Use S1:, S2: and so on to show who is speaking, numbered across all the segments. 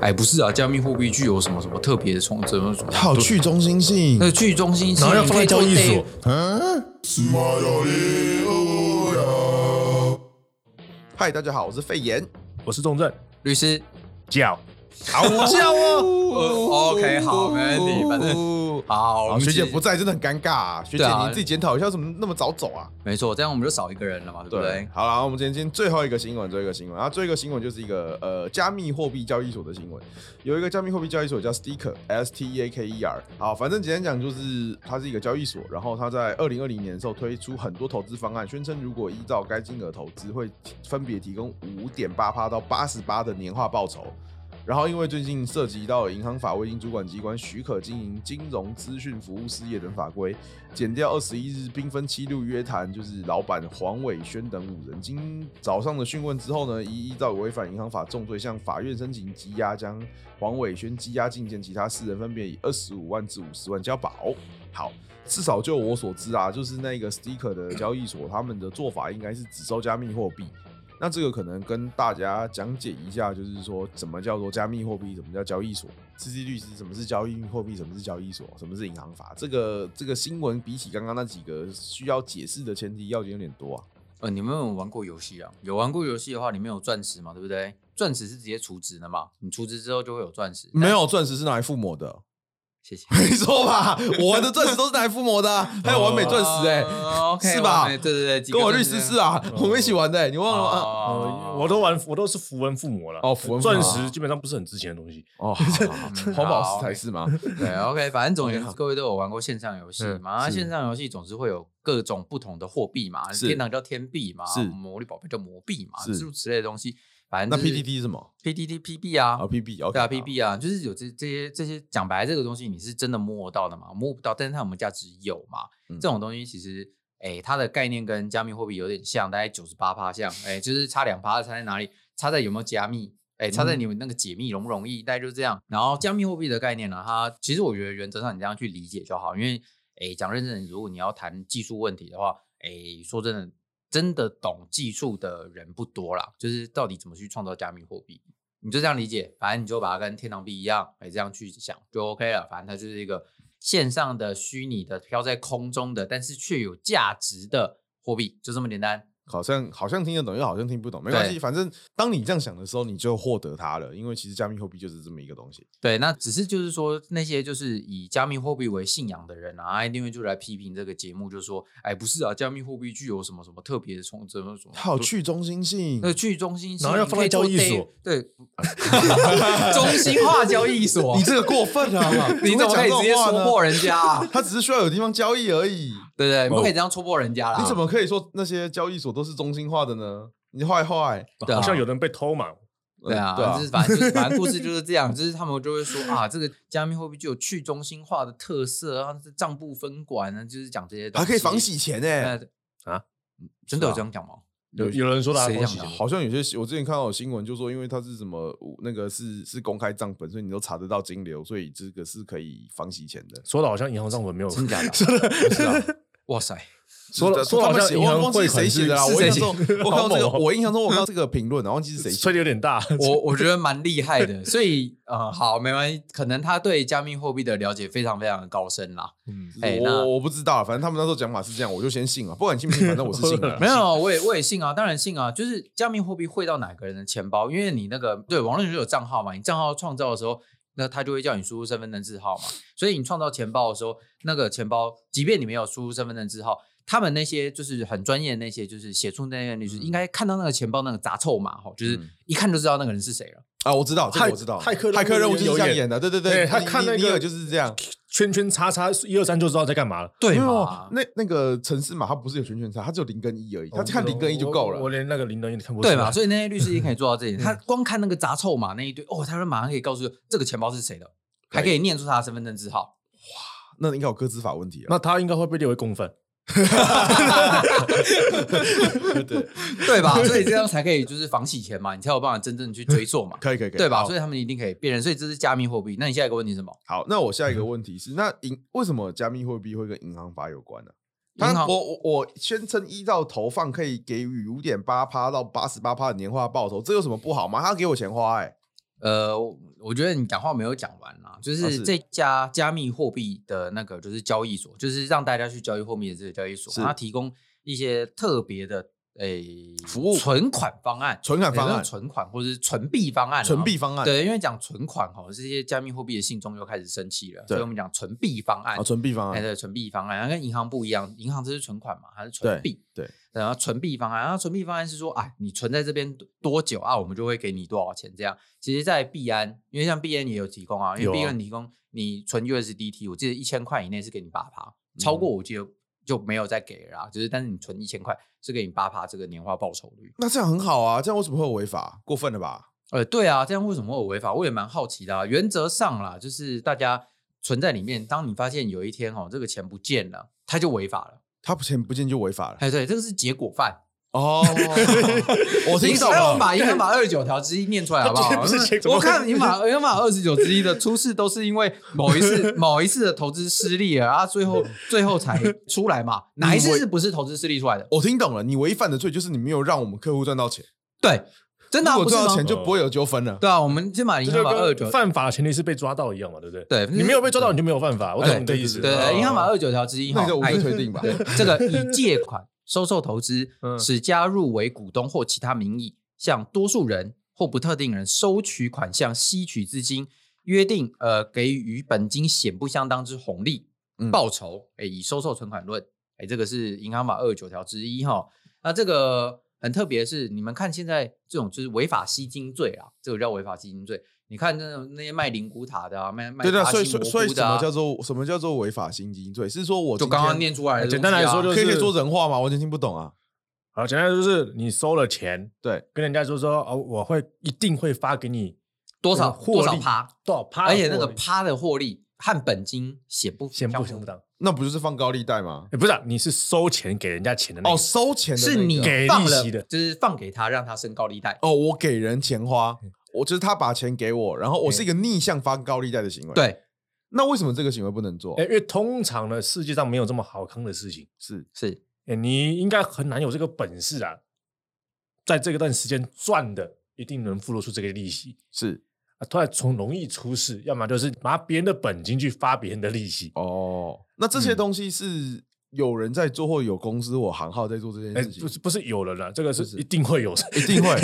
S1: 哎，不是啊，加密货币具有什么什么特别的冲什么什么？
S2: 好去中心性，
S1: 那去中心是
S2: 然后要
S1: 你
S2: 放
S1: 可
S2: 在
S1: 以
S2: 交易
S1: 做哎
S2: 所
S1: day-，
S2: 嗯。
S3: 嗨，大家好，我是肺炎，
S2: 我是重症，
S1: 律师。
S2: 叫
S3: 好笑 哦。
S1: OK，好，没问题，反正
S3: 正
S1: 好，我们
S3: 学姐
S1: 继续
S3: 不在，真的很尴尬、啊。学姐，
S1: 对啊
S3: 你自己检讨一下，为什么那么早走啊？
S1: 没错，这样我们就少一个人了嘛，对不对？
S3: 好了，我们今天今天最后一个新闻，最后一个新闻，然后啊最后一个新闻就是一个呃加密货币交易所的新闻，有一个加密货币交易所叫 Staker S T E A K E R，好，反正简单讲就是它是一个交易所，然后它在二零二零年的时候推出很多投资方案，宣称如果依照该金额投资，会分别提供五点八趴到八十八的年化报酬。然后，因为最近涉及到银行法未经主管机关许可经营金融资讯服务事业等法规，减掉二十一日兵分七路约谈，就是老板黄伟轩等五人，经早上的讯问之后呢，依依照违反银行法重罪向法院申请羁押，将黄伟轩羁押进监，其他四人分别以二十五万至五十万交保。好，至少就我所知啊，就是那个 Sticker 的交易所，他们的做法应该是只收加密货币。那这个可能跟大家讲解一下，就是说怎么叫做加密货币，怎么叫交易所？CC 律师，什么是交易货币，什么是交易所，什么是银行法？这个这个新闻比起刚刚那几个需要解释的前提要点有点多啊。
S1: 呃，你们有没有玩过游戏啊？有玩过游戏的话，里面有钻石嘛，对不对？钻石是直接储值的嘛，你储值之后就会有钻石。
S3: 没有钻石是拿来附魔的，
S1: 谢谢。
S3: 没错吧？我玩的钻石都是拿来附魔的啊，还有完美 钻石哎、
S1: 哦，OK，
S3: 是吧
S1: 完美对对对，几个
S3: 跟我律
S1: 钻石
S3: 师是啊，我们一起玩的、欸，你忘了吗？啊
S1: 哦
S4: 呃，我都玩，我都是符文附魔了。
S3: 哦符文附魔
S4: 钻石基本上不是很值钱的东西。
S3: 哦，好好好
S1: 嗯
S3: 环保
S1: 好
S3: 石才是吗？
S1: 对，OK，反正
S3: 哦
S1: 总而言之，各位都有玩过线上游戏
S4: 嗯
S1: 嘛？那
S4: 是
S1: 线上游戏总是会有各种不同的货币嘛，
S3: 是
S1: 天堂叫天币嘛，
S3: 是
S1: 魔力宝贝叫魔币嘛，
S3: 是
S1: 诸如此类的东西。反
S3: 那
S1: 正就是
S3: PTT 是什么？
S1: PTT、PB 啊
S3: 啊，，PB，OK，
S1: 对
S3: 好
S1: 啊，PB 啊，就是有这这些这些讲白了，这个东西你是真的摸得到的嘛？摸不到，但是它有没有价值有嘛？
S3: 嗯
S1: 这种东西其实，哎，它的概念跟加密货币有点像，大概九十八趴像，哎，就是差两趴，差在哪里？差在有没有加密？哎，差在你们那个解密容不容易？大概就是这样。然后加密货币的概念呢，它其实我觉得原则上你这样去理解就好，因为哎，讲认真的，如果你要谈技术问题的话，哎，说真的，真的懂技术的人不多啦，就是到底怎么去创造加密货币。你就这样理解，反正你就把它跟天堂币一样，哎，这样去想就 OK 了。反正它就是一个线上的虚拟的飘在空中的，但是却有价值的货币，就这么简单。
S3: 好像好像听得懂，又好像听不懂，没关系，
S1: 对
S3: 反正当你这样想的时候，你就获得它了，因为其实加密货币就是这么一个东西。
S1: 对，那只是就是说那些就是以加密货币为信仰的人啊，他一定会就来批评这个节目，就说，哎，不是啊，加密货币具有什么什么特别的冲，什么什么
S3: 它有去中心性
S1: 那，个去中心性，
S4: 然后要
S1: 你
S4: 放
S1: 可
S4: 在
S1: 以做
S4: 交易
S1: day-
S4: 所
S1: 对， 中心化交易所，
S3: 你这个过分了、 啊，
S1: 你怎么可以直接
S3: 讲这
S1: 戳
S3: 种话
S1: 破
S3: 呢？
S1: 人家、啊？
S3: 它只是需要有地方交易 而已，
S1: 对不对？不可以这样戳破人家啦。
S3: 哦你怎么可以说那些交易所都是中心化的呢？你坏欸坏，
S1: 对啊
S4: 好像有人被偷嘛，
S1: 对啊，
S3: 嗯对啊
S1: 就是反正就是反正故事就是这样，就是他们就会说啊，这个加密货币具有去中心化的特色啊，这账簿分管啊，就是讲这些东西，
S3: 还可以防洗钱呢、欸
S1: 呃
S4: 啊，
S1: 真的有这样讲吗？
S4: 有有人说他啊
S1: 谁
S4: 偷
S1: 讲的
S4: 袭，
S3: 好像有些我之前看到有新闻，就说因为它是什么那个是是公开账本，所以你都查得到金流，所以这个是可以防洗钱的。
S4: 说的好像银行账本没有，
S1: 真的假的？哇塞，
S4: 说了说
S3: 他
S4: 好
S3: 们
S4: 像
S3: 写，
S4: 银
S3: 我
S4: 行
S3: 忘记
S4: 汇款
S3: 谁写
S4: 是
S3: 的啦。
S4: 是
S3: 我
S4: 谁
S3: 印象
S4: 写
S3: 中，
S4: 的
S3: 我看到这个，
S4: 好猛哦
S3: 我印象中我看到这个评论，然后忘记是谁
S4: 吹
S3: 写。
S4: 的有点大。
S1: 我我觉得蛮厉害的，所以呃，好，没关系，可能他对加密货币的了解非常非常的高深啦。
S4: 嗯
S1: 哎那
S3: 我我不知道，反正他们那时候讲法是这样，我就先信了。不管你信不信，反正我是 信的。
S1: 没有，我也我也信啊，当然信啊。就是加密货币汇到哪个人的钱包，因为你那个对网络就有账号嘛，你账号创造的时候，那他就会叫你输入身份证字号嘛。所以你创造钱包的时候，那个钱包，即便你没有输入身份证字号，他们那些就是很专业的那些，就是写出那些律师，应该看到那个钱包那个杂臭码哈，就是
S3: 嗯
S1: 一看就知道那个人是谁了。
S3: 啊，我知道，这个
S4: 骇
S3: 我知道。
S4: 骇客任务
S3: 骇客任务就是这样
S4: 有演
S3: 演的，对对
S4: 对
S3: 他
S4: 他看那个
S3: 就是这样。
S4: 圈圈叉叉一二三就知道在干嘛了。哦
S1: 对
S3: 没有
S1: 嘛？
S3: 那那个城市嘛，它不是有圈圈差，它只有零跟一而已，它看零跟一就够
S4: 我我
S3: 了。
S4: 连那个零跟一都看不出来。
S1: 对嘛？所以 那些律师也可以做到这一点，他光看那个杂臭码那一堆，哦，他就马上可以告诉你这个钱包是谁的，还可以念出他的身份证字号。
S3: 那应该有各自法问题了。
S4: 那他应该会被列为共犯。
S3: 对，
S1: 对吧？所以这样才可以就是防洗钱嘛，你才有办法真正去追溯 嘛，
S3: 可以可以可以，
S1: 对吧？
S3: 好
S1: 所以他们一定可以辨认，所以这是加密货币。那你下一个问题是什么？
S3: 好，那我下一个问题是，那银为什么加密货币会跟银行法有关呢？
S1: 银
S3: 他
S1: 行
S3: 我我我宣称依照投放可以给予五点八趴到八十八趴的年化报酬，这有什么不好吗？他给我钱花、欸，
S1: 呃，我我觉得你讲话没有讲完啦，就
S3: 啊
S1: 是
S3: 是
S1: 这家加密货币的那个就是交易所，就是让大家去交易货币的这个交易所，
S3: 是
S1: 它提供一些特别的诶、
S3: 服务
S1: 存款方案、
S3: 存款方
S1: 对哎
S3: 案
S1: 那种存款或者是存币方案啊，
S3: 存币方案，
S1: 对，因为讲存款哈，这些加密货币的信众又开始生气了，所以我们讲存币方案
S3: 啊，。存币方
S1: 哎，
S3: 案，
S1: 对，存币方案，它跟银行不一样，银行这是存款嘛，它是存币。
S3: 对，
S1: 然后存币方案，然后存币方案是说，哎，你存在这边多多久啊，我们就会给你多少钱这样。其实，在币安，因为像币安也有提供啊，因
S4: 有
S1: 为
S4: 啊
S1: 币安提供你存 USDT，我记得一千块以内是给你八趴，
S3: 嗯
S1: 超过我记得就没有再给了啦。就是，但是你存一千块是给你八趴这个年化报酬率。
S3: 那这样很好啊，这样为什么会有违法？过分了吧？
S1: 呃，对啊，这样为什么会有违法？我也蛮好奇的啊。原则上啦，就是大家存在里面，当你发现有一天哦，这个钱不见了，它就违法了。
S3: 他钱不见就违法了。
S1: 哎，对，这个是结果犯。
S3: 哦，我听懂
S1: 让我们
S3: 了。
S1: 把银行法二十九条之一念出来好不
S4: 这
S1: 好？
S4: 不是
S1: 那
S4: 结果
S1: 我看银行法银行法二十九之一的出事都是因为某一 次某一次的投资失利了啊，最后最后才出来嘛。哪一次是不是投资失利出来的？
S3: 我听懂了，你违反的罪就是你没有让我们客户赚到钱，
S1: 对，真的啊
S3: 如果
S1: 不是
S3: 赚到
S1: 吗
S3: 钱？就不会有纠纷了。
S1: 对啊，我们先把银
S4: 这
S1: 行
S4: 就
S1: 法二十
S4: 跟
S1: 九
S4: 犯法的前提是被抓到一样嘛，对不对？
S1: 对，哎
S4: 你没有被抓到，你就没有犯法。我懂你的意思。
S1: 对
S4: 哦
S1: 对，银行法二十九条之一哈
S3: 那，个无
S1: 哎
S3: 罪推定吧。
S1: 对，这个以借款、收受投资
S4: 嗯，
S1: 使加入为股东或其他名义，向多数人或不特定人收取款项、吸取资金，约定呃给予本金显不相当之红利
S3: 嗯
S1: 报酬。哎、以收受存款论，哎，这个是银行法二十九条之一哈。那这个很特别的是，你们看现在这种就是违法吸金罪啊，这个叫违法吸金罪。你看那种那些卖灵骨塔的啊，卖卖
S3: 对的，
S1: 塔
S3: 所以
S1: 西
S3: 所以
S1: 蘑
S3: 所以
S1: 菇
S3: 什
S1: 的啊
S3: 么叫做什么叫做违法薪金罪？是说我
S1: 就
S3: 今
S1: 刚刚
S3: 天
S1: 念出来的东西啊、
S4: 简单来说就
S3: 可以可以
S4: 是
S3: 说人话吗？完全听不懂啊。
S4: 好，简单来说就是你收了钱，
S3: 对，
S4: 跟人家就说哦，我会一定会发给你
S1: 多少
S4: 呃获
S1: 多少
S4: 利
S1: 趴，
S4: 多少
S1: 而
S4: 趴的获利，
S1: 且那个趴的获利和本金显不
S4: 先不
S1: 相
S4: 行不当。
S3: 那不就是放高利贷吗？
S4: 哎，不是啊，你是收钱给人家钱的那
S3: 哦，
S4: 个
S3: 收钱的那
S1: 是
S3: 个
S1: 你
S4: 给
S1: 放
S4: 利
S1: 了
S4: 息的
S1: 就是放给他让他升高利贷。
S3: 哦，我给人钱花，
S4: 嗯
S3: 我就是他把钱给我，然后我是一个逆向发高利贷的行为。，
S1: 对，
S3: 那为什么这个行为不能做
S4: 哎，？因为通常呢，世界上没有这么好康的事情。
S3: 是
S1: 是
S4: 哎，你应该很难有这个本事啊，在这个段时间赚的一定能付得出这个利息
S3: 是
S4: 啊，突然从容易出事，要么就是拿别人的本金去发别人的利息。
S3: 哦，那这
S4: 嗯
S3: 些东西是有人在做，或有公司或行号在做这件
S4: 哎
S3: 事，情
S4: 不。是不是有人啊了，这个是
S3: 不是
S4: 一定会有， 一
S3: 定会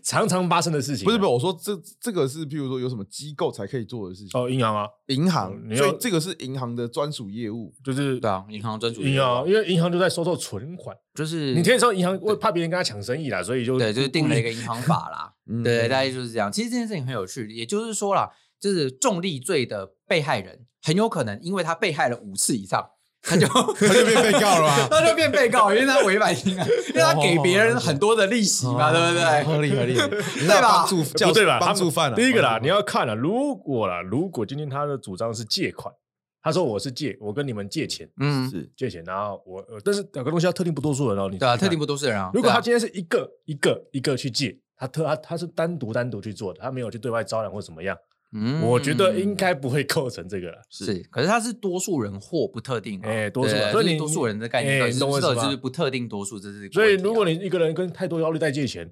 S4: 常常发生的事情啊。
S3: 不是不是，我说这这个是，譬如说有什么机构才可以做的事情，
S4: 哦，银行啊，
S3: 银行
S4: 哦，你要
S3: 所以这个是银行的专属业务。
S4: 就是
S1: 对啊，银行专属业务
S4: 银行，因为银行就在收受存款，
S1: 就是
S4: 你天上银行会怕别人跟他抢生意啦，所以就
S1: 对，就是定了一个
S4: 故意
S1: 银行法啦。
S3: 嗯
S1: 对，大概就是这样。其实这件事情很有趣，也就是说啦，就是重利罪的被害人很有可能因为他被害了五次以上，他就
S3: 他就变被告了 嘛
S1: 他就变被告，因为他违反银行，因为他给别人很多的利息嘛，对不对？
S3: 哦合理合理， 对
S1: 对吧
S3: 帮助
S4: 不对啦，
S3: 帮助
S4: 他们
S3: 犯啊。
S4: 第一个啦
S3: 帮，助
S4: 你要看啦，如果啦，如果今天他的主张是借款，他说我是借，我跟你们借钱，
S1: 嗯，
S3: 是
S4: 借钱，然后我，呃但是两个东西要特定不多数人哦，你
S1: 对啊，
S4: 你看
S1: 特定不都是人啊。
S4: 如果他
S1: 对啊
S4: 今天是一个一个一个去借，他特他他是单独单独去做的，他没有去对外招揽或怎么样，
S1: 嗯
S4: 我觉得应该不会构成这个了。
S1: 是，可是它是多数人或不特定嘛，啊
S4: 哎多数
S1: 对就
S4: 嘛所以
S1: 是
S4: 你
S1: 多数人的概念
S4: 哎
S1: 到底是
S4: 你懂我
S1: 不
S4: 意
S1: 是，到
S4: 思
S1: 底
S4: 吧
S1: 是不是不特定多数，这是一个
S4: 所以
S1: 问题啊
S4: 如果你一个人跟太多高利贷借钱，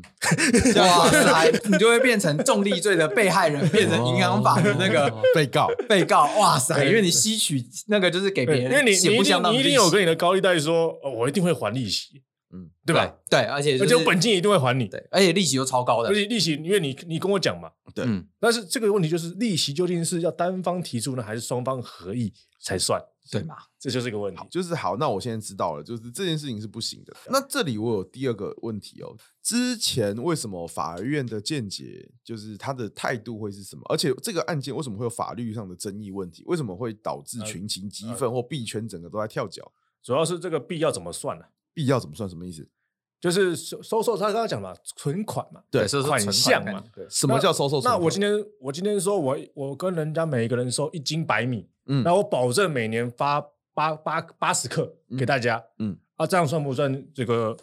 S1: 哇塞，你就会变成重利罪的被害人，变成银行法的那个
S3: 被告，
S1: 被告，哇塞，
S4: 哦对
S1: 因为你吸取那个就是给别
S4: 对
S1: 人，
S4: 因为你
S1: 显
S4: 你
S1: 不
S4: 一
S1: 相
S4: 定
S1: 当
S4: 你
S1: 的
S4: 一定
S1: 利
S4: 有
S1: 息
S4: 跟你的高利贷说，哦我一定会还利息，
S3: 嗯
S4: 嗯，对吧？？
S1: 对，而且
S4: 而
S1: 就
S4: 且
S1: 是
S4: 我本金一定会还你，
S1: 对，而且利息又超高的
S4: 而，且利息，因为你你跟我讲嘛，
S3: 对
S1: 嗯，
S4: 但是这个问题就是利息究竟是要单方提出呢，还是双方合意才算？
S1: 对嘛？
S4: 这就是一个问题。
S3: 就是 好，那我现在知道了，就是这件事情是不行的。那这里我有第二个问题哦，之前为什么法院的见解就是他的态度会是什么？而且这个案件为什么会有法律上的争议问题？为什么会导
S4: 呃
S3: 致群情激愤或币圈整个都在跳脚？
S4: 主要是这个币要怎么算呢、
S3: 币要怎么算？什么意思？
S4: 就是收收受，他刚刚讲嘛，存款嘛，
S3: 对
S1: 所以说
S4: 款
S1: 存
S4: 项
S1: 款
S4: 嘛
S1: 概念，
S4: 对。
S3: 什么叫收受
S4: 那
S3: 存
S4: 我
S3: 款
S4: 今天我今天说我我跟人家每一个人收一斤白米，
S3: 嗯
S4: 那我保证每年发八八八十克给大家，
S3: 嗯嗯
S4: 啊，这样算不算这个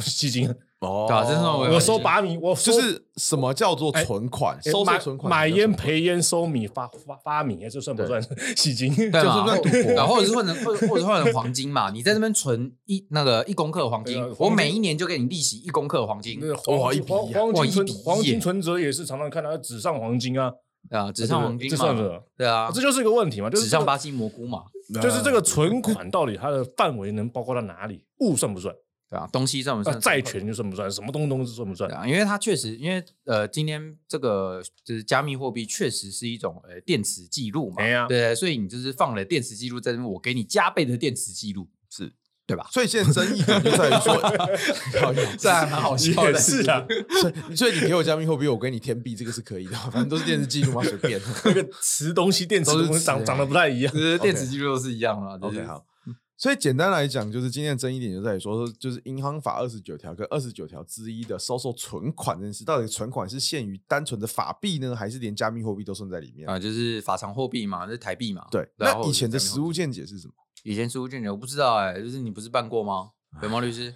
S4: 吸金？
S3: 哦
S1: 对啊这是我
S4: 我收把米，我收
S3: 就是什么叫做存款，
S4: 哎
S3: 收受
S4: 买
S3: 存款
S4: 买
S3: 叫做
S4: 烟赔烟收米发发发米，这算不算吸金？
S1: 对
S3: 就是
S1: 嘛？
S3: 乱赌博
S1: 然后或者是换成或者或者换成黄金嘛？你在这边存一那个一公克的黄金
S4: 对啊，
S1: 我
S4: 黄金
S1: 每一年就给你利息一公克的黄金
S4: 那个
S3: 哇
S4: 黄
S3: 一
S4: 金
S3: 笔
S4: 黄
S3: 呀
S4: 黄
S1: 哇
S4: 金
S1: 哦一
S4: 存
S1: 笔
S4: 黄
S1: 耶
S4: 金存折也是常常看到纸上黄金啊，
S1: 啊，纸上黄金
S4: 这算
S1: 嘛，
S4: 了，
S1: 对啊，
S4: 这就是一个问题嘛，就是
S1: 纸
S4: 这
S1: 上嗯
S4: 个
S1: 巴西蘑菇嘛，
S4: 就是这个存款到底它的范围能包括到哪里？物算不算？
S1: 对啊，东西算不
S4: 那
S1: 算
S4: 债权就算不算？什么东东算不算
S1: 对？啊，因为它确实，因为呃，今天这个就是加密货币确实是一种呃电子记录嘛，
S4: 哎呀
S1: 对，所以你就是放了电子记录在这边，我给你加倍的电子记 录，
S3: 是
S1: 对吧？
S3: 所以现在争议点就在于说，
S1: 这
S4: 啊
S1: 还蛮好笑的
S4: 也是啊，
S3: 所以你给我加密货币，我给你天币，这个是可以的，反正都是电视记录嘛，随 便。
S4: 那 个磁东西电池
S3: 都是
S4: 东西
S3: 磁
S4: 长
S3: 啊
S4: 长得不太一样。
S1: 就是电子记录都是一样的嘛就是
S3: OK，好。所以简单来讲，就是今天的争议点就在于说，就是银行法二十九条跟二十九条之一的收受存款这件事，到底存款是限于单纯的法币呢，还是连加密货币都算在里面？
S1: 啊，就是法偿货币嘛，就是台币嘛，
S3: 对，
S1: 然
S3: 那
S1: 后
S3: 以前的
S1: 加密货
S3: 实物见解是什么？
S1: 以前实务见解我不知道哎、就是你不是办过吗？本毛律师，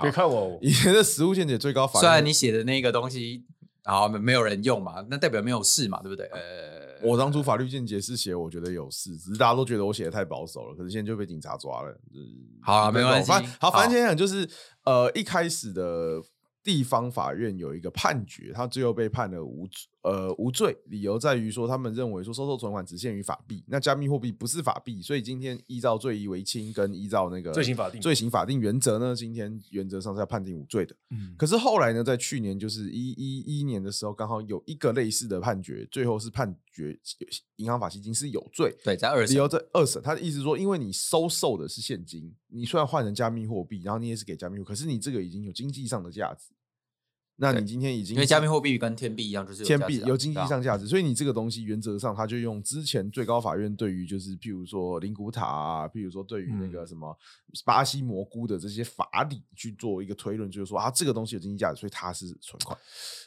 S4: 别看我，
S3: 以前的实物见解最高法
S1: 虽然
S3: 院
S1: 你写的那个东西好没没有人用嘛，那代表没有事嘛，对不对？呃，
S3: 我当初法律见解是写，我觉得有事，只是大家都觉得我写的太保守了，可是现在就被警察抓了。嗯
S1: 好啊没关系
S3: 反好，
S1: 好
S3: 反正先讲就是，呃，一开始的地方法院有一个判决，他最后被判了无罪呃无罪，理由在于说他们认为说收受存款只限于法币，那加密货币不是法币，所以今天依照罪疑为轻跟依照那个
S4: 罪行法定
S3: 罪行法定原则呢，今天原则上是要判定无罪的。
S4: 嗯
S3: 可是后来呢，在去年就是一一一年的时候，刚好有一个类似的判决，最后是判决呃银行法吸金是有罪。
S1: 对，在二
S3: 理
S1: 审
S3: 由在二审，他的意思说，因为你收受的是现金，你虽然换成加密货币，然后你也是给加密货币，可是你这个已经有经济上的价值。那你今天已经
S1: 因为加密货币跟天币一样，就是有
S3: 天
S1: 价
S3: 币
S1: 值啊
S3: 有经济
S1: 对啊
S3: 上价值，所以你这个东西原则上，它就用之前最高法院对于就是譬如说灵骨塔啊，譬如说对于那
S1: 嗯
S3: 个什么巴西蘑菇的这些法理去做一个推论，就是说啊，这个东西有经济价值，所以它是存款。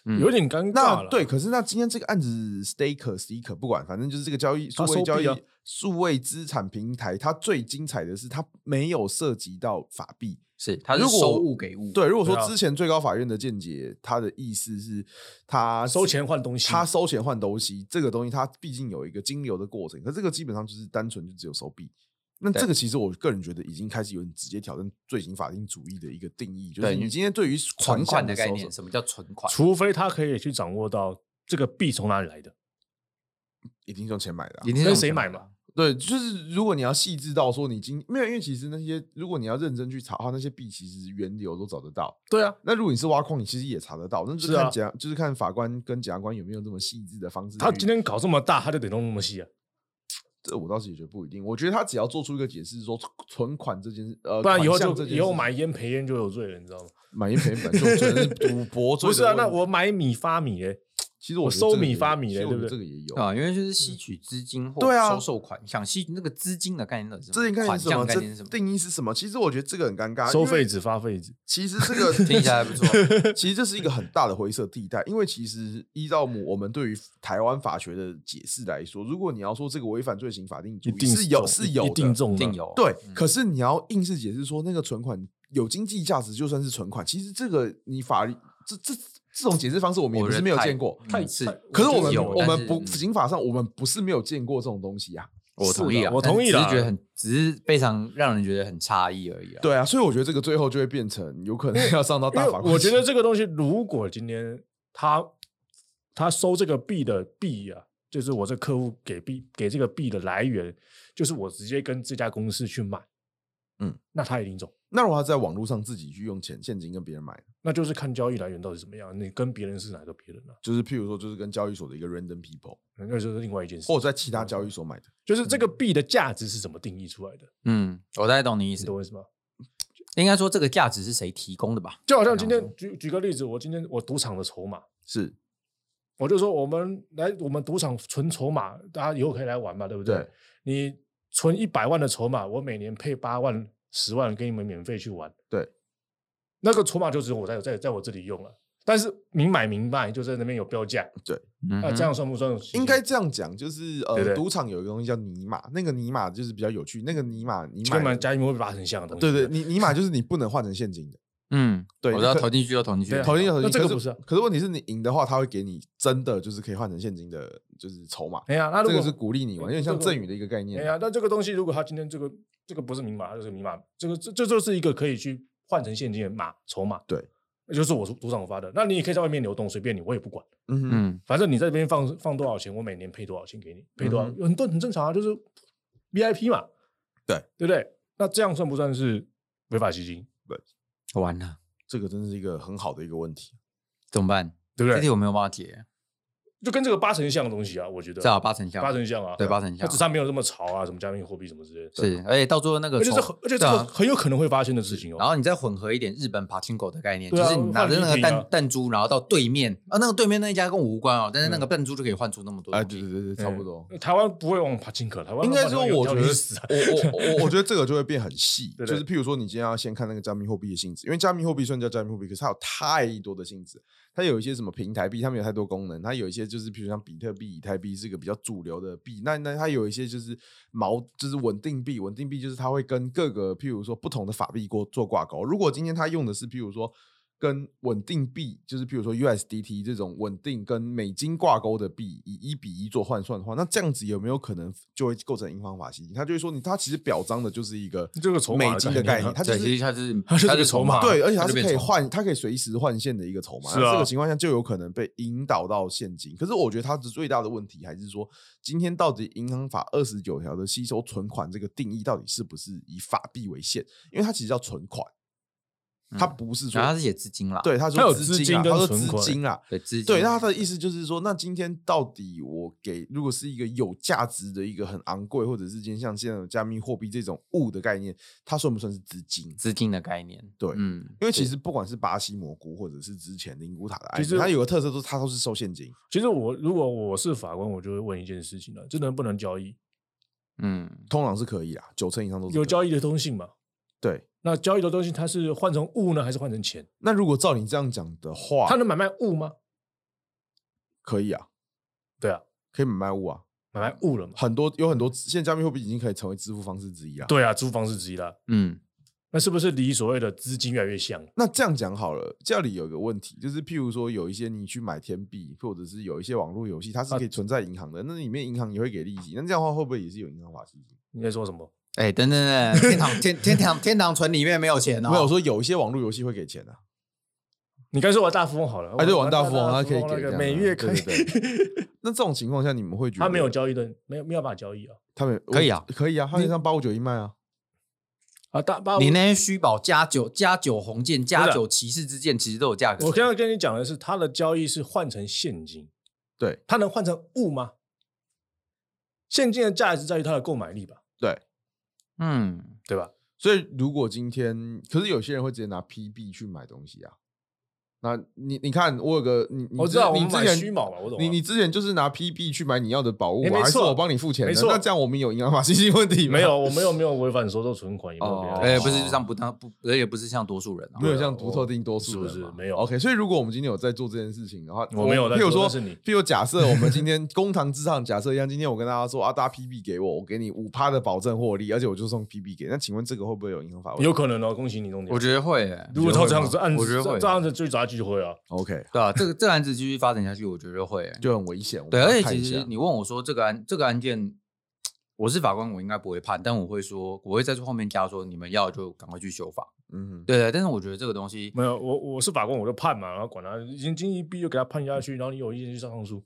S1: 嗯
S4: 有点尴尬
S3: 那
S4: 了。
S3: 对，，可是那今天这个案子，Staker、Staker 不管，反正就是这个交易数
S4: 他
S3: 位
S4: 收
S3: 交易
S4: 币啊、
S3: 数位资产平台，它最精彩的是它没有涉及到法币。
S1: 是它是
S3: 如果
S1: 收物给物，
S3: 对，如果
S4: 对
S3: 说
S4: 啊
S3: 之前最高法院的见解，它的意思是它
S4: 收钱换东西
S3: 他收钱换东西，这个东西它毕竟有一个金流的过程，可这个基本上就是单纯就只有收币。那
S1: 对
S3: 这个其实我个人觉得已经开始有点直接挑战罪行法定主义的一个定义，就是
S1: 对
S3: 你今天对于
S1: 存款
S3: 款
S1: 的
S3: 的
S1: 概
S3: 收
S1: 念，
S3: 手
S1: 什么叫存款？
S4: 除非他可以去掌握到这个币从哪里来的，
S3: 一定是用钱买的啊、
S1: 一定是
S4: 跟
S1: 用
S4: 谁
S1: 钱
S4: 买嘛？
S3: 对，就是如果你要细致到说你今没有，因为其实那些如果你要认真去查的话，那些币其实源流都找得到。
S4: 对啊，
S3: 那如果你是挖矿，你其实也查得到，那就是
S4: 是啊
S3: 看检、就是看法官跟检察官有没有这么细致的方式去。
S4: 他今天搞这么大，他就得弄那么细啊，
S3: 这我倒是也觉得不一定，我觉得他只要做出一个解释，说存款这件事，呃，
S4: 不然以后
S3: 款项
S4: 就
S3: 这件
S4: 以后
S3: 事
S4: 买烟赔烟就有罪了，你知道吗？
S3: 买一赔本就真的是 赌博罪的问题。
S4: 不是啊，那我买米发米嘞，
S3: 其实我
S4: 我
S3: 觉得这个
S4: 收米
S3: 也
S4: 发米
S3: 其实
S4: 嘞
S3: 我
S4: 对
S3: 觉
S4: 不
S3: 得
S4: 对
S3: 这个也有
S1: 啊，因为就是吸取资金或
S3: 对啊
S1: 收受款，想吸取那个资金的概念到底是什
S3: 这
S1: 么？
S3: 应该
S1: 款
S3: 是什
S1: 项
S3: 么？
S1: 概念是
S3: 这
S1: 什么？
S3: 定义是什么？其实我觉得这个很尴尬。
S4: 收
S3: 啊因为
S4: 废纸发废纸，
S3: 其实这 个
S1: 听起来还 不错。
S3: 其实这是一个很大的灰色地带，因为其实依照我们对于台湾法学的解释来说，如果你要说这个违反罪行法定主
S4: 一
S3: 义
S4: 定
S3: 是有
S4: 中
S3: 是
S4: 一
S3: 有
S4: 一定
S3: 的，
S4: 中
S1: 一
S4: 的
S1: 定有
S3: 对，
S1: 嗯
S3: 可是你要硬是解释说那个存款有经济价值，就算是存款，其实这个你法律这这这种解释方式，我们也
S1: 我
S3: 不
S1: 觉
S3: 是
S1: 得
S3: 没有
S1: 太
S3: 见
S4: 嗯
S3: 过。
S1: 太是，
S3: 可是我
S1: 觉得
S3: 们
S1: 有
S3: 我
S1: 但
S3: 们
S1: 是
S3: 不
S1: 嗯
S3: 刑法上我们不是没有见过这种东西啊。
S1: 我同意
S4: 是
S1: 啊，
S4: 的我同意
S1: 但
S4: 啦
S1: 只是觉得很，只是非常让人觉得很诧异而已啊。
S3: 对啊，所以我觉得这个最后就会变成有可能要上到
S4: 因
S3: 大
S4: 为
S3: 法官。
S4: 我觉得这个东西，如果今天他他收这个币的币啊，就是我这客户给币给这个币的来源，就是我直接跟这家公司去买，
S3: 嗯，
S4: 那他一定中，
S3: 那如果他在网络上自己去用钱现金跟别人买，
S4: 那就是看交易来源到底怎么样，你跟别人是哪个别人啊，
S3: 就是譬如说就是跟交易所的一个 random people，
S4: 那就是另外一件事，
S3: 或者在其他交
S4: 哦
S3: 易所买的。
S4: 就是
S3: 嗯
S4: 这个币的价值是怎么定义出来的，
S1: 嗯，我大概懂你意
S4: 你
S1: 思
S4: 懂。我意思吗？
S1: 应该说这个价值是谁提供的吧？
S4: 就好像今天举举个例子，我今天我赌场的筹码，
S3: 是
S4: 我就说我们来我们赌场存筹码，大家以后可以来玩嘛，对不对？
S3: 对
S4: 你存一百万的筹码，我每年配八万、十万给你们免费去玩，
S3: 对，
S4: 那个筹码就只有我在在在我这里用了。但是明买明卖就在那边有标价，
S1: 嗯
S4: 那、
S1: 哼
S4: 啊这样算不算？
S3: 应该这样讲，就是
S4: 对不
S3: 呃，
S4: 对
S3: 赌场有一个东西叫尼玛，那个尼玛就是比较有趣，那个尼玛你
S4: 就
S3: 买
S4: 跟
S3: 了
S4: 加密货币把它很像的东西。啊
S3: 对对，你尼玛就是你不能换成现金的，
S1: 嗯，
S3: 对
S1: 我知道
S3: 可
S1: 投进去就投进去
S4: 对
S1: 了，
S4: 啊
S3: 投进去投进
S4: 那
S3: 去，
S4: 这个
S3: 可
S4: 不是啊
S3: 可是问题是你赢的话，他会给你真的就是可以换成现金的，就是筹码。
S4: 哎呀，那如
S3: 这
S4: 果
S3: 个是鼓励你玩，有点像赠与的一个概念
S4: 哎。呀，那这个东西如果他今天这个这个不是明码，它就是明码，这个这这就是一个可以去换成现金的码筹码。
S3: 对，
S4: 那就是我赌场发的，那你也可以在外面流动，随便你，我也不管，
S3: 嗯哼，
S1: 嗯，
S4: 反正你在这边放放多少钱，我每年配多少钱给你，配多少、
S3: 嗯
S4: 很多很正常啊，就是 VIP 嘛，
S3: 对
S4: 对不对？那这样算不算是违法吸金？
S1: 完了
S3: 这个真是一个很好的一个问题。
S1: 怎么办？
S4: 对不
S1: 这题
S4: 对？
S1: 我没有办法解，
S4: 就跟这个八成像的东西啊，我觉得
S1: 正好八成像，
S4: 八成像啊，
S1: 对八成
S4: 它
S1: 像
S4: 只差没有这么潮啊，什么加密货币什么之类的，
S1: 是，而且到最后那个
S4: 而且
S1: 筹
S4: 这很而且这
S1: 对啊
S4: 个很有可能会发生的事情哦。
S1: 然后你再混合一点日本 pachinko 的概念，
S4: 对
S1: 就
S4: 啊
S1: 是你拿着那
S4: 换
S1: 个
S4: 礼品啊
S1: 弹弹珠，然后到对面啊，那个对面那一家跟我无关哦，但
S4: 嗯
S1: 是那个弹珠就可以换出那么多
S3: 哎，
S1: 东
S3: 对
S1: 西
S3: 对对对，差不多。
S4: 台湾不会往帕金克，台湾
S3: 应该说，我觉得，
S4: 要去死啊
S3: 我我我我觉得这个就会变很细，
S4: 对
S3: 就
S4: 对
S3: 是譬如说，你今天要先看那个加密货币的性质，因为加密货币虽然叫加密货币，可是它有太多的性质，它有一些什么平台币，它们有太多功能，它有一些就是譬如像比特币、以太币是个比较主流的币，那那它有一些就是锚，就是稳定币，稳定币就是它会跟各个譬如说不同的法币过做挂钩。如果今天它用的是譬如说。跟稳定币，就是譬如说 USDT 这种稳定跟美金挂钩的币，以一比一做换算的话，那这样子有没有可能就会构成银行法吸金？他就会说你，他其实表彰的就是一个
S4: 这个筹码
S3: 美
S4: 的
S3: 金的
S4: 概
S3: 概
S4: 念啊
S3: 念，它就
S1: 对，其
S3: 是
S1: 实它 就是
S4: 它就是
S1: 它
S4: 个筹码
S3: 对，而且它
S1: 它就是变
S3: 可以
S1: 筹码
S3: 换，它可以随时换现的一个筹码。
S4: 是
S3: 那
S4: 啊
S3: 这个情况下就有可能被引导到现金。可是我觉得它的最大的问题还是说，今天到底银行法二十九条的吸收存款这个定义到底是不是以法币为限？因为它其实叫存款，它
S1: 嗯
S3: 不是说
S1: 然后它是写资金啦，
S3: 对他
S4: 它
S3: 说
S4: 有资
S3: 金啊，他
S4: 金跟
S3: 说
S4: 存
S3: 资
S4: 款嗯
S3: 金啊，
S1: 对资金，
S3: 对，那他的意思就是说，那今天到底我给，如果是一个有价值的一个很昂贵，或者是今天像现在的加密货币这种物的概念，它算不算是资金？
S1: 资金的概念，
S3: 对
S1: 嗯，
S3: 因为其实不管是巴西蘑菇，或者是之前灵骨塔的案
S4: 其
S3: 件，
S4: 实
S3: 它有个特色，都是它都是收现金。
S4: 其实我如果我是法官，我就会问一件事情了：这能不能交易？
S1: 嗯，
S3: 通常是可以啦，九成以上都是
S4: 有交
S3: 易。
S4: 易的东西嘛？
S3: 对，
S4: 那交易的东西它是换成物呢，还是换成钱？
S3: 那如果照你这样讲的话
S4: 它，能买卖物吗？
S3: 可以啊，
S4: 对啊，
S3: 可以买卖物啊，
S4: 买卖物了嘛？
S3: 很多有很多，现在加密货币已经可以成为支付方式之一啊。
S4: 对啊，租房是之一啦。
S1: 嗯，
S4: 那是不是离所谓的资金越来越像了？
S3: 那这样讲好了，这里有一个问题，就是譬如说有一些你去买天币，或者是有一些网络游戏，它是
S4: 啊
S3: 可以存在银行的，那里面银行也会给利息，那这样的话会不会也是有银行法吸金？
S4: 你在说什么？
S1: 哎，等等 等，天堂天天堂天堂存里面没有钱哦，
S3: 没有我说有一些网络游戏会给钱的、啊，
S4: 你刚才说玩大富翁好了，
S3: 哎，对，玩大富
S4: 富
S3: 翁它可以
S4: 那
S3: 给这
S4: 个
S3: 样
S4: 每
S3: 啊
S4: 月可
S3: 对
S4: 以，
S3: 对对那这种情况下，你们会觉得
S4: 他没有，交易的，没有没有办法交易啊。
S3: 他们
S1: 可以啊
S3: 可以啊，他可以上八五九一卖啊，
S4: 啊，大八五
S1: 你那些虚宝加九加九红剑
S4: 不
S1: 加
S4: 是啊
S1: 九骑士之剑，其实都有价格。
S4: 我刚刚跟你讲的是，它的交易是换成现金，
S3: 对
S4: 它能换成物吗？现金的价值在于它的购买力吧，
S3: 对。
S1: 嗯，
S4: 对吧？
S3: 所以如果今天，可是有些人会直接拿 PB 去买东西啊。那你你看，我有个你，你
S4: 我知
S3: 之
S4: 道我
S3: 你
S4: 们
S3: 之
S4: 买
S3: 前
S4: 虚毛嘛我懂啊
S3: 你你之前就是拿 PB 去买你要的宝物、
S4: 哎
S3: 啊，
S4: 没
S3: 还是
S4: 错
S3: 我帮你付钱的？
S4: 没错
S3: 那这样我们有银行法信息问题吗
S4: 没有，我没有没有违反收受存款，也没有
S3: 哦
S4: 别的
S1: 哎，不是像不当不，而且不是像多数人啊
S3: 没。有像独特定多数人
S4: 是不
S3: 嘛
S4: 是没有
S3: OK，所以如果我们今天有在做这件事情的话，
S4: 我没有在
S3: 譬如
S4: 做
S3: 说，
S4: 但是你
S3: 譬如假设我们今天 公堂之上，假设一样，今天我跟大家说啊，大家 PB 给我，我给你五趴的保证获利，而且我就送 PB 给，那请问这个会不会有银行法问题？
S4: 有可能哦，恭喜你中奖
S1: 我。觉得会，哎
S4: 如果照这样子
S1: 我觉得
S4: 按，
S1: 我觉得会
S4: 这样子追抓就会啊，
S3: OK，
S1: 对啊，这个这个案子继续发展下去，我觉得会。哎
S3: 就很危险。我
S1: 对，
S3: 们
S1: 而
S3: 要
S1: 且
S3: 看
S1: 其
S3: 一
S1: 实
S3: 下
S1: 你问我说这个案这个案件，我是法官，我应该不会判，但我会说，我会在后面加说，你们要就赶快去修法。
S3: 嗯哼，
S1: 对对，但是我觉得这个东西，
S4: 没有我我是法官，我就判嘛，然后管他，已经经一逼就给他判下去，然后你有意见去上上诉，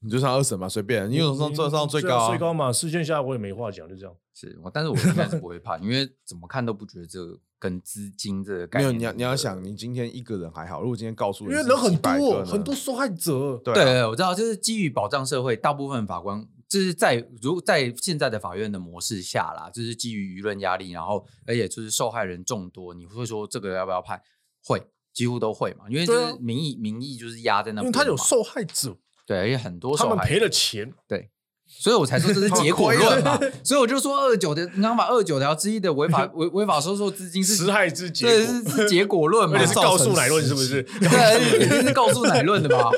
S3: 你就上二审嘛，随便，你有上上上最
S4: 对
S3: 高
S4: 啊
S3: 啊，
S4: 最高嘛，事件下我也没话讲，就这样。
S1: 是我，但是我应该是不会判，因为怎么看都不觉得这个跟资金这个概
S3: 没有，
S1: 念。
S3: 你要你要想，你今天一个人还好，如果今天告诉
S4: 啊因为人很多，哦
S3: 多
S4: 很多，受害者，
S3: 对啊
S1: 对，我知道，就是基于保障社会，大部分法官就是在如在现在的法院的模式下啦，就是基于舆论压力，然后而且就是受害人众多，你会说这个要不要判？会，几乎都会嘛，因为就
S4: 对啊
S1: 是民意、民意就是压在那
S4: 因
S1: 边
S4: 为
S1: 嘛，
S4: 他有受害者，
S1: 对，而且很多
S4: 他
S1: 受
S4: 们
S1: 害
S4: 赔
S1: 人，
S4: 了钱，
S1: 所以我才说这是结果
S3: 他
S1: 论
S3: 们
S1: 嘛，所以我就说二九的，你看把二九条之一的违 法违违法收受资金是
S4: 实。害之结
S1: 对，
S4: 果
S1: 是。是结果论嘛？
S4: 而且是告诉
S3: 造成
S4: 乃论是不是？
S1: 对，一定是告诉乃论的吧？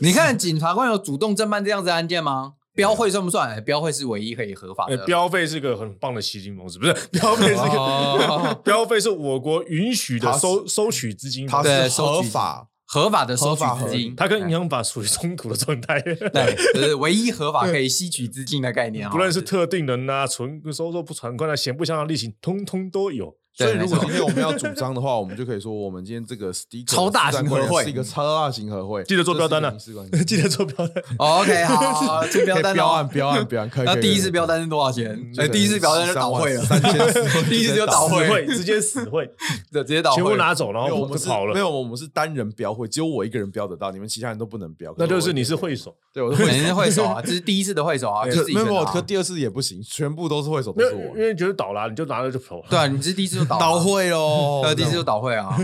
S1: 你看检察官有主动侦办这样子的案件吗？标会算不算？哎标会是唯一可以合法
S4: 哎
S1: 的。，
S3: 啊
S4: 标费是个很棒的吸金模式，不是标费是个
S1: 哦
S4: 标费是我国允许的
S3: 它是
S4: 收收取资金，
S3: 它
S1: 对
S3: 是
S1: 收
S3: 合
S1: 集
S3: 法，
S1: 合法的收取
S3: 合法合
S1: 资金，
S4: 它跟银行法属于冲突的状态。
S1: 哎对，就是唯一合法可以吸取资金的概念啊。
S4: 不论是特定人呐、存收入不存款啊，闲不相当利息，通通都有。
S1: 对
S3: 所以如果
S1: 没错
S3: 今天我们要主张的话，我们就可以说，我们今天这 个 sticker
S1: 超大型合会
S3: 是一个超大型合会，
S4: 记得做标单啊
S3: 这是一个 民事关系
S4: 记得做标单，
S1: OK 好，这标
S3: 可以
S1: 单
S3: 标案
S1: 哦。
S3: 标案标 案，可以。
S1: 那
S3: 可以
S1: 第一
S3: 可以
S1: 次标单是多少钱？
S3: 就
S1: 哎，
S3: 可能
S1: 第一次标单就倒会了，
S3: 13万3400
S1: 第一次就倒
S4: 死
S1: 会
S4: 会，直接死会，
S1: 对，直接倒
S4: 全部
S1: 会。
S4: 拿走，然
S3: 没有，我
S4: 后
S3: 们
S4: 就是跑
S3: 没
S4: 了。
S3: 有，我们是单人标会，只有我一个人标得到，你们其他人都不能标。
S4: 那
S3: 可
S4: 就是
S3: 我
S4: 你是会手，
S3: 对，我 是
S1: 肯
S3: 会
S1: 定是会手啊，这是第一次的会手啊，
S4: 对
S1: 就
S3: 可
S1: 自己
S3: 没有，
S1: 选
S3: 没
S1: 的
S3: 有
S1: 啊
S3: 可第二次也不行，全部都是会手，
S4: 没
S3: 都
S4: 有，
S3: 是
S4: 因
S3: 我。
S4: 为觉得倒了，你就拿了就跑了。
S1: 对啊，你是第一次就倒啊
S3: 倒，会 喽，
S1: 对，第一次就倒会啊，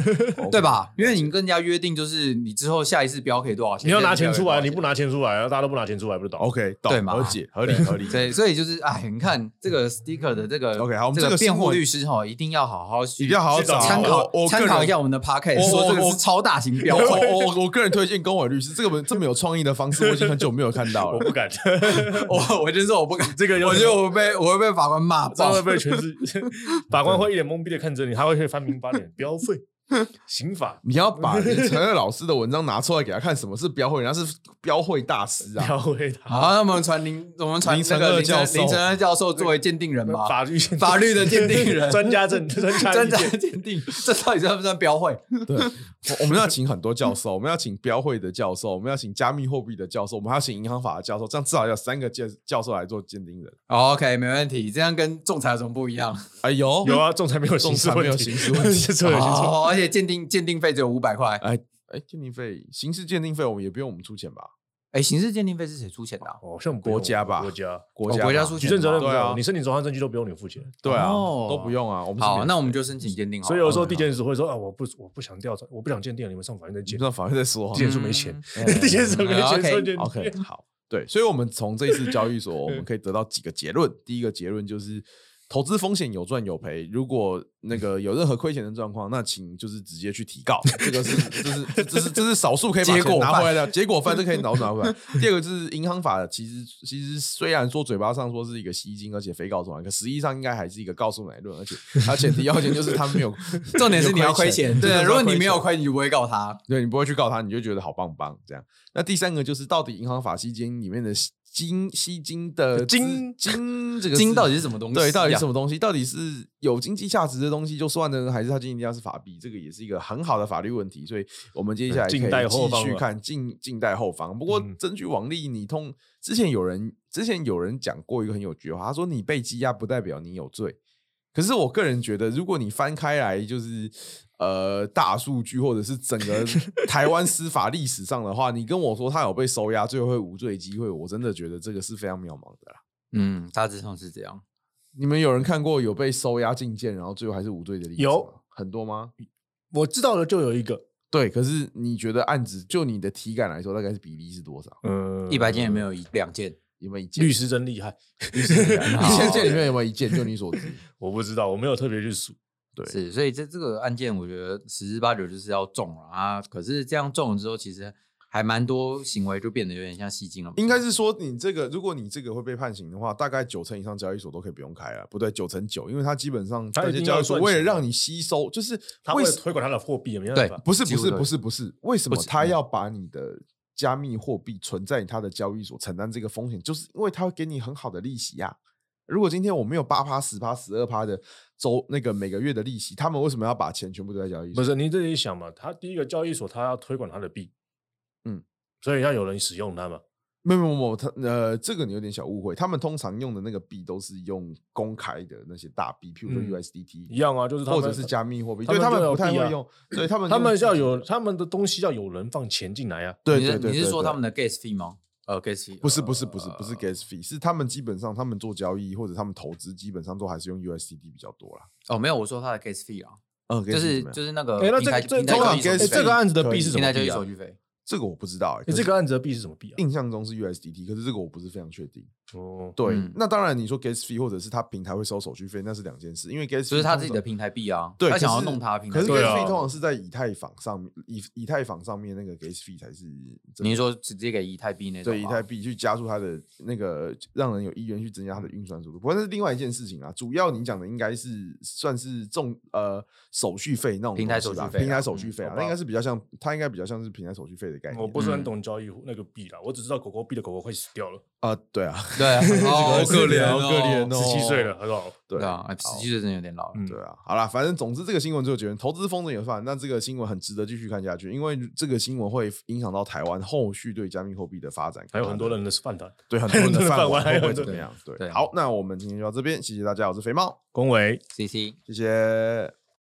S1: 对吧？因为你
S3: 你
S1: 跟人家约定就是你之后下一次标可以多少钱，
S4: 你要拿
S1: 下一
S4: 钱
S1: 次标可以
S4: 出
S1: 多少
S4: 来，你不拿钱出来，然后大家都不拿钱出来，不是倒？
S3: OK 懂
S1: 对嘛
S3: 和解合理合理。
S1: 对，所以就是哎，你看这个 sticker 的这个
S3: OK，好我们
S1: 这
S3: 这个新
S1: 辩
S3: 闻
S1: 护律师哈，一定要好好去，
S3: 一定要好好
S1: 去
S3: 找啊
S1: 参考
S3: 我我个
S1: 参
S3: 人
S1: 考一下我们的 p a c k e t
S3: 我
S1: 说这个
S3: 我
S1: 是超大 型标
S3: 我
S1: 会，
S3: 我我我个人推荐公委律师，这个这么有创意的方式，我已经很久没有看到
S4: 我
S3: 了。
S4: 不敢，
S1: 我我就说我不敢，
S4: 这个有
S1: 我觉得我被我会被法官骂
S4: 这样
S1: 爆
S4: 会。被全世法官会一脸懵逼的看着你，他会去翻民法典、标费、刑法、
S3: 你要把陈乐老师的文章拿出来给他看，什么是标会？人家是标会大师啊！
S4: 标会的
S1: 好，那我们传林，我们传
S3: 林
S1: 那
S3: 承
S1: 个
S3: 恩
S1: 林承
S3: 教授
S1: 林承恩教授作为鉴定人 吧，
S4: 法律
S1: 法律的鉴定人
S4: 专家证、专家
S1: 真
S4: 意
S1: 的
S4: 见
S1: 鉴定， 这到底算不算标会？
S3: 对，我我们要请很多教授，我们要请标会的教授，我们要请加密货币的教授，我们还要请银行法的教授，这样至少要三个教教授来做鉴定人。
S1: OK，没问题，这样跟仲裁有什么不一样？
S3: 哎呦，
S4: 有啊，仲裁没有刑事
S3: 仲裁
S4: 问
S3: 没
S4: 题，
S3: 有刑事问题
S4: 这错有刑事问题
S1: 哦，而且鉴定鉴定费只有五百块。
S3: 哎哎，鉴定费、刑事鉴定费，我们也不用我们出钱吧？
S1: 哎，刑事鉴定费是谁出钱的啊？
S4: 哦，像
S3: 国家吧
S4: 国家
S3: 国
S1: 哦
S3: 家、
S1: 国家出
S4: 举
S1: 钱
S4: 证责
S1: 吗
S4: 任不
S3: 对啊
S4: 用，你申请转换证据都不用你付钱。
S3: 对啊，
S1: 哦
S3: 都不用啊。我们是
S1: 好，
S3: 免
S1: 那我们
S3: 费
S1: 就申请鉴定好了。
S4: 所以有时候地检署会说啊，我不我不想调查，我不想鉴定，你们上法院再
S3: 基
S4: 鉴
S3: 本。上法院再说。
S4: 地检署没钱
S1: 嗯，
S4: 地检署没钱，
S1: OK，
S4: 说鉴定
S3: OK，好，哦对，所以，我们从这一次交易所，我们可以得到几个结论。第一个结论就是，投资风险有赚有赔，如果那个有任何亏钱的状况，那请就是直接去提告，这个是，这是，这这是，这是少数可以把
S1: 结果
S3: 钱拿
S1: 犯，
S3: 回来的 结果犯，这可以拿拿回来。第二个就是银行法，其实其实虽然说嘴巴上说是一个吸金，而且非告诉完，可实际上应该还是一个告诉乃论，而且它前提要件就是他没有
S1: 嗯重点是你要亏钱，
S3: 真
S1: 对，
S3: 的是要
S1: 如果你没
S3: 亏钱
S1: 有亏，你就不会告他。
S3: 对你不会去告他，你就觉得好棒棒这样。那第三个就是，到底银行法吸金里面的吸金吸金的
S4: 金
S3: 资金这个
S1: 金到底
S3: 是
S1: 是什么东西？
S3: 对，到底是什
S1: 么？
S3: 么东西？到底是有经济价值的东西就算了呢，还是它经济价值是法币？这个也是一个很好的法律问题。所以我们接下来可以
S4: 嗯静待后
S3: 继
S4: 方
S3: 续
S4: 了
S3: 看近近代后方。不过
S4: 嗯
S3: 根据王力，你通之前有人之前有人讲过一个很有趣的话，他说你被羁押不代表你有罪。可是我个人觉得，如果你翻开来就是呃大数据或者是整个 台湾司法历史上的话，你跟我说他有被收押，最后会无罪的机会，我真的觉得这个是非常渺茫的啦。
S1: 嗯，大致上是这样。
S3: 你们有人看过有被收押进监，然后最后还是无罪的例子吗？
S4: 有
S3: 很多吗？
S4: 我知道的就有一个，
S3: 对，可是你觉得案子就你的体感来说，大概是比例是多少？
S4: 嗯，
S1: 一百件也没有一两件，
S3: 有没有一件？
S4: 律师真厉害，
S3: 律师体感
S1: 好
S3: 一千件 里面有没有一件？就你所知，
S4: 我不知道，我没有特别去数。
S3: 对
S1: 是，所以这这个案件，我觉得十之八九就是要中了啊。可是这样中了之后，其实还蛮多行为就变得有点像吸金了嘛。
S3: 应该是说你这个，如果你这个会被判刑的话，大概九成以上交易所都可以不用开了，不对，九成九，因为它基本上
S4: 它
S3: 这
S4: 一
S3: 些
S4: 定
S3: 交易
S4: 要
S3: 所
S4: 赚
S3: 为了
S4: 钱
S3: 让你吸收，就是
S4: 他
S3: 啊为
S4: 为了
S3: 什
S4: 推广他的货币，没
S1: 对
S4: 办法。
S3: 不是
S1: 几
S3: 不
S1: 乎
S3: 是
S1: 都
S3: 不
S1: 是
S3: 是不是，为什
S1: 不
S3: 么
S1: 止
S3: 他
S1: 嗯
S3: 要把你的加密货币存在他的交易所承担这个风险？就是因为他会给你很好的利息啊。如果今天我没有八趴、十趴、十二趴的周那个每个月的利息，他们为什么要把钱全部都在交易所？
S4: 不是，你自己想嘛，他第一个交易所，他要推广他的币，
S3: 嗯，
S4: 所以要有人使用它嘛。
S3: 没有没有没有，他呃，这个你有点小误会。他们通常用的那个币都是用公开的那些大币，譬如说
S4: 嗯
S3: USDT，、
S4: 一样啊就是他
S3: 或
S4: 们
S3: 者是加密货币，
S4: 他
S3: 对
S4: 们
S3: 他
S4: 就
S3: 们
S4: 有
S3: 不太
S4: 币啊
S3: 会用，对他们
S4: 他们
S3: 用
S4: 要有他们的东西，要有人放钱进来啊。
S3: 对
S1: 你
S3: 对
S1: 是
S3: 对，
S1: 你是
S3: 对
S1: 说
S3: 对
S1: 他们的 gas fee 吗？呃，gas fee
S3: 不是不是不是不是
S1: 呃
S3: gas fee，是他们基本上他们做交易或者他们投资，基本上都还是用 USDT 比较多啦。
S1: 哦，没有，我说他的 gas fee 啊，
S3: 嗯，
S1: 就是就是那个
S4: 哎，那
S1: 呃平台
S4: 这个
S1: 平台
S4: 这
S3: 通
S1: 交
S3: 常
S1: 易手
S3: gas
S1: 续
S4: 哎
S3: fee
S4: 这个案子的币是什
S1: 平台
S4: 么
S1: 交易
S4: 币啊
S1: 手？续费。
S3: 这个我不知道哎、
S4: 哎
S3: 可
S4: 这
S3: 是
S4: 个案子的币是什么币啊？
S3: 印象中是 USDT，可是这个我不是非常确定。
S4: 哦，
S3: 对，
S1: 嗯
S3: 那当然你说 gas fee 或者是他平台会收手续费，那是两件事，因为 gas
S1: 只
S3: fee
S1: 是他自己
S3: 通常
S1: 的平台币啊，
S3: 对，
S1: 他想
S3: 可
S1: 要
S3: 是
S1: 弄他的平
S3: 可
S1: 台
S3: 是
S1: 币。
S4: 对
S3: gas
S4: 啊
S3: fee 通常是在以太坊上面，以以太坊上面那个 gas fee 才是真
S1: 你是说直接给以太币那种吗？
S3: 对以太币去加速它的那个，让人有意愿去增加它的运算速度。不过那是另外一件事情啊。主要你讲的应该是算是重呃手续费那种
S1: 平台手
S3: 东西
S1: 续
S3: 吧
S1: 费啊
S3: 平台手续费啊
S4: 嗯，
S3: 那应该是比较像，它应该比较像是平台手续费的概念。啊
S4: 我不是很
S1: 嗯
S4: 懂交易那个币啦，我只知道狗狗币的狗狗快死掉了，
S3: 啊、对啊，
S1: 对 啊，好
S3: 可怜
S1: 哦，
S3: 好可怜哦
S4: 十七岁了，很好。
S3: 对
S1: 对啊，哎十七岁真的有点老了。
S4: 嗯
S3: 对啊，好啦，反正总之这个新闻最后结论，投资风筝也算。那这个新闻很值得继续看下去，因为这个新闻会影响到台湾后续对加密货币的发展，
S4: 还有很多人的是饭团，
S3: 对很多人的饭碗
S4: 还有
S3: 会
S4: 很
S3: 怎
S4: 多
S3: 么
S1: 人
S3: 样？对，
S1: 对
S3: 好，那我们今天就到这边，谢谢大家，我是肥猫，
S4: 恭维。
S1: C C，
S3: 谢谢。